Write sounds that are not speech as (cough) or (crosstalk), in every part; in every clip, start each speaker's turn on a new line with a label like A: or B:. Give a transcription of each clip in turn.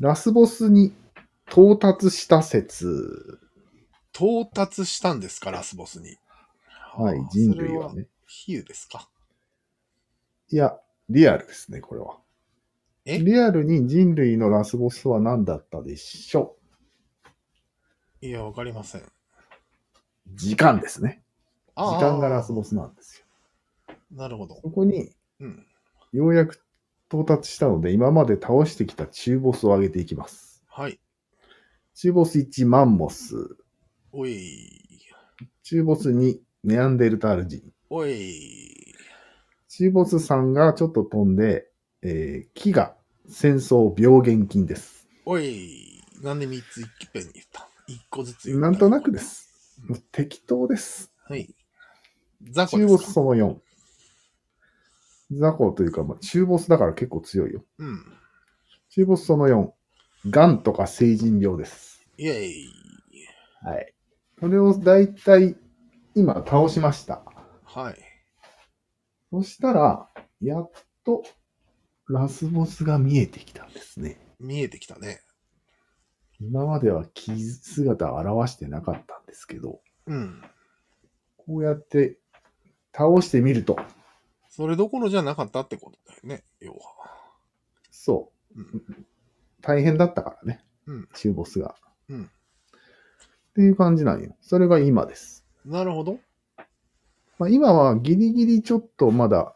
A: ラスボスに到達した説。
B: 到達したんですか、ラスボスに。
A: はい
B: あー、
A: 人類は。
B: それ
A: ね。
B: 比喩ですか。
A: いや、リアルですね、これは。
B: え
A: リアルに人類のラスボスは何だったでしょ
B: いや、わかりません。時
A: う時間ですね。時間がラスボスなんですよ。
B: なるほど。
A: そこに、
B: うん。
A: ようやく到達したので、今まで倒してきた中ボスを上げていきます。
B: はい。
A: 中ボス1、マンモス。
B: おい。
A: 中ボス2、ネアンデルタール人。
B: おい。
A: 中ボス3がちょっと飛んで、えー、木が戦争病原菌です。
B: おい。なんで3つ一っぺんに言った一個ずつ言った
A: なんとなくで。す。もう適当です。
B: はい。ザコ
A: 中
B: で
A: ボ
B: す
A: ス
B: か
A: その4。ザコというか、まあ、中ボスだから結構強いよ。
B: うん。
A: 中ボスその4。ガンとか成人病です。
B: イェイ。
A: はい。これを大体、今倒しました。
B: はい。
A: そしたら、やっと、ラスボスが見えてきたんですね。
B: 見えてきたね。
A: 今までは木姿を表してなかったんですけど、
B: うん。
A: こうやって倒してみると、
B: それどころじゃなかったってことだよね、要は。
A: そうう、
B: ん。
A: 大変だったからね、
B: うん。
A: 中ボスが。
B: うん
A: っていう感じなんよ。それが今です。
B: なるほど。
A: まあ、今はギリギリちょっとまだ、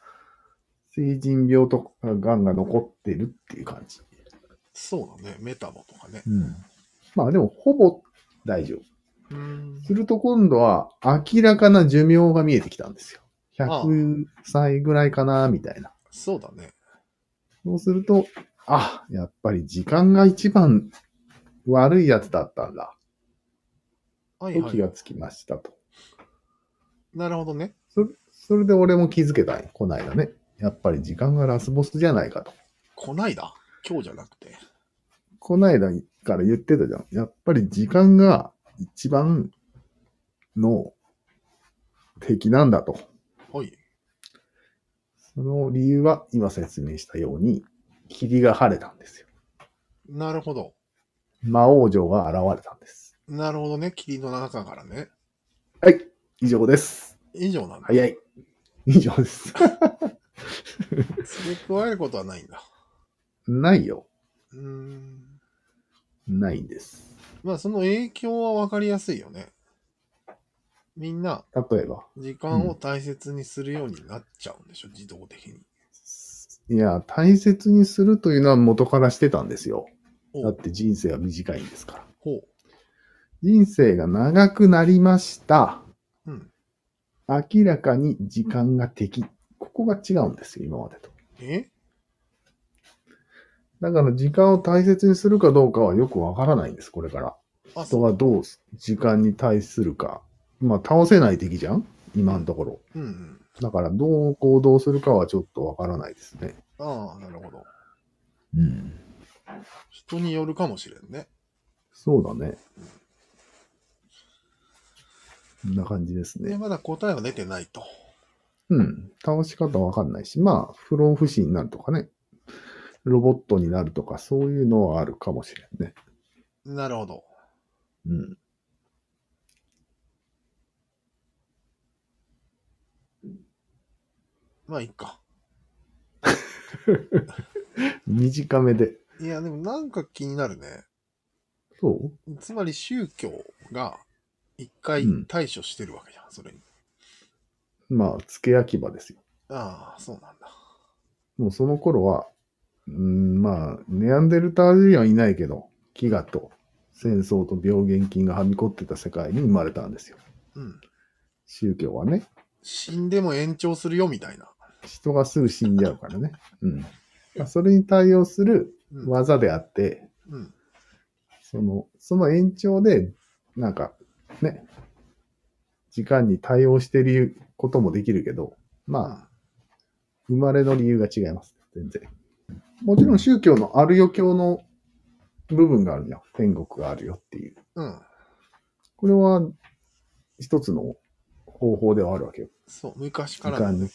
A: 成人病とか癌が残ってるっていう感じ。
B: そうだね。メタボとかね。
A: うん。まあでも、ほぼ大丈夫。
B: うーん。
A: すると今度は明らかな寿命が見えてきたんですよ。
B: ああ
A: 100歳ぐらいかな、みたいな。
B: そうだね。
A: そうすると、あ、やっぱり時間が一番悪いやつだったんだ。
B: はい
A: と
B: は
A: 気
B: い。
A: がつきましたと。
B: なるほどね。
A: そそれで俺も気づけたんよこないだね。やっぱり時間がラスボスじゃないかと。
B: こないだ。今日じゃなくて。
A: こないだから言ってたじゃん。やっぱり時間が一番の敵なんだと。
B: はい。
A: その理由は今説明したように、霧が晴れたんですよ。
B: なるほど。
A: 魔王城が現れたんです。
B: なるほどね。霧の中からね。
A: はい、以上です。
B: 以上なんだ。
A: 早い。以上です。 (laughs)
B: 付け加えることはないんだ。
A: ないよ。
B: うーん。
A: ないんです。
B: まあ、その影響はわかりやすいよね。みんな、
A: 例えば。
B: 時間を大切にするようになっちゃうんでしょ、自動的に。
A: いや、大切にするというのは元からしてたんですよ。
B: お
A: だって人生は短いんですから。
B: ほ
A: 人生が長くなりました。
B: う。うん。
A: 明らかに時間が敵。ここが違うんですよ、今までと。
B: え
A: だから時間を大切にするかどうかはよくわからないんです、これから。人
B: あ、そう。
A: はどう時間に対するか。まあ、倒せない敵じゃん今のところ。
B: うんうん。
A: だから、どう行動するかはちょっとわからないですね。
B: ああ、なるほど。
A: うん。
B: 人によるかもしれんね。
A: そうだね。こんな感じです
B: で、
A: ね。
B: まだ答えは出てないと。
A: うん。倒し方わかんないし、まあ、不老不死になるとかね。ロボットになるとか、そういうのはあるかもしれんね。
B: なるほど。
A: うん。
B: まあ、いっか。
A: 短めで。
B: いや、でもなんか気になるね。
A: そう
B: つまり宗教が一回
A: うん
B: 対処してるわけじゃん、それに。
A: まあ、付け焼き場ですよ。
B: ああ、そうなんだ。
A: もうその頃は、うーん、まあ、ネアンデルタール人はいないけど、飢餓と戦争と病原菌がはびこってた世界に生まれたんですよ。
B: うん。
A: 宗教はね、
B: 死んでも延長するよ、みたいな。
A: 人がすぐ死んじゃうからね。うん。まあそれに対応する
B: うん。
A: 技であって、
B: うん、
A: その、その延長で、なんか、ね、時間に対応してることもできるけど、まあ、生まれの理由が違います。全然。もちろん宗教のあるよ教の部分があるじゃん。天国があるよっていう。
B: うん。
A: これは一つの方法ではあるわけよ。
B: そう、昔
A: 時
B: から
A: 間
B: の
A: に、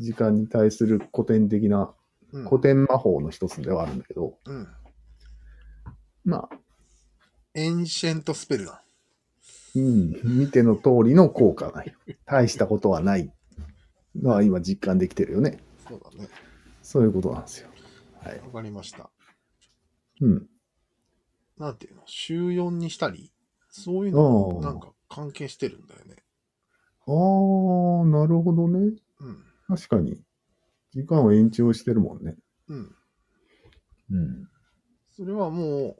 A: 時間に対する古典的な
B: うん
A: 古典魔法の一つではあるんだけど、
B: うん。
A: まあ、
B: エンシェントスペルだ。
A: うん、見ての通りの効果はない。大したことはないのは今実感できてるよね。
B: そうだね。
A: そういうことなんですよ。はい。
B: わかりました。
A: うん。
B: なんていうの週4にしたり、そういうの
A: お
B: も
A: ー
B: なんか関係してるんだよね。
A: あー、なるほどね。
B: うん。
A: 確かに。時間を延長してるもんね。
B: うん。
A: うん。
B: それはも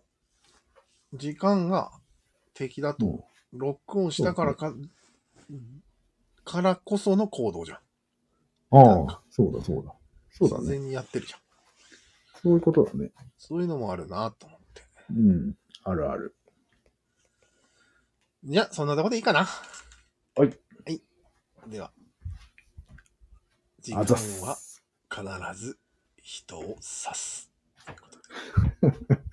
B: う、時間が敵だと、
A: も
B: ロックオンしたからか、からこその行動じゃん。
A: う。
B: なん
A: あ
B: か
A: あ、そうだそうだ。そうだ
B: 自
A: ね。
B: 然にやってるじゃん。
A: そういうことだね。
B: そういうのもあるなと思って。
A: うん。あるある。
B: いや、そんなとこでいいかな。
A: はい。
B: はい。では。時間
A: あざっす
B: は。必ず人を刺す。ということで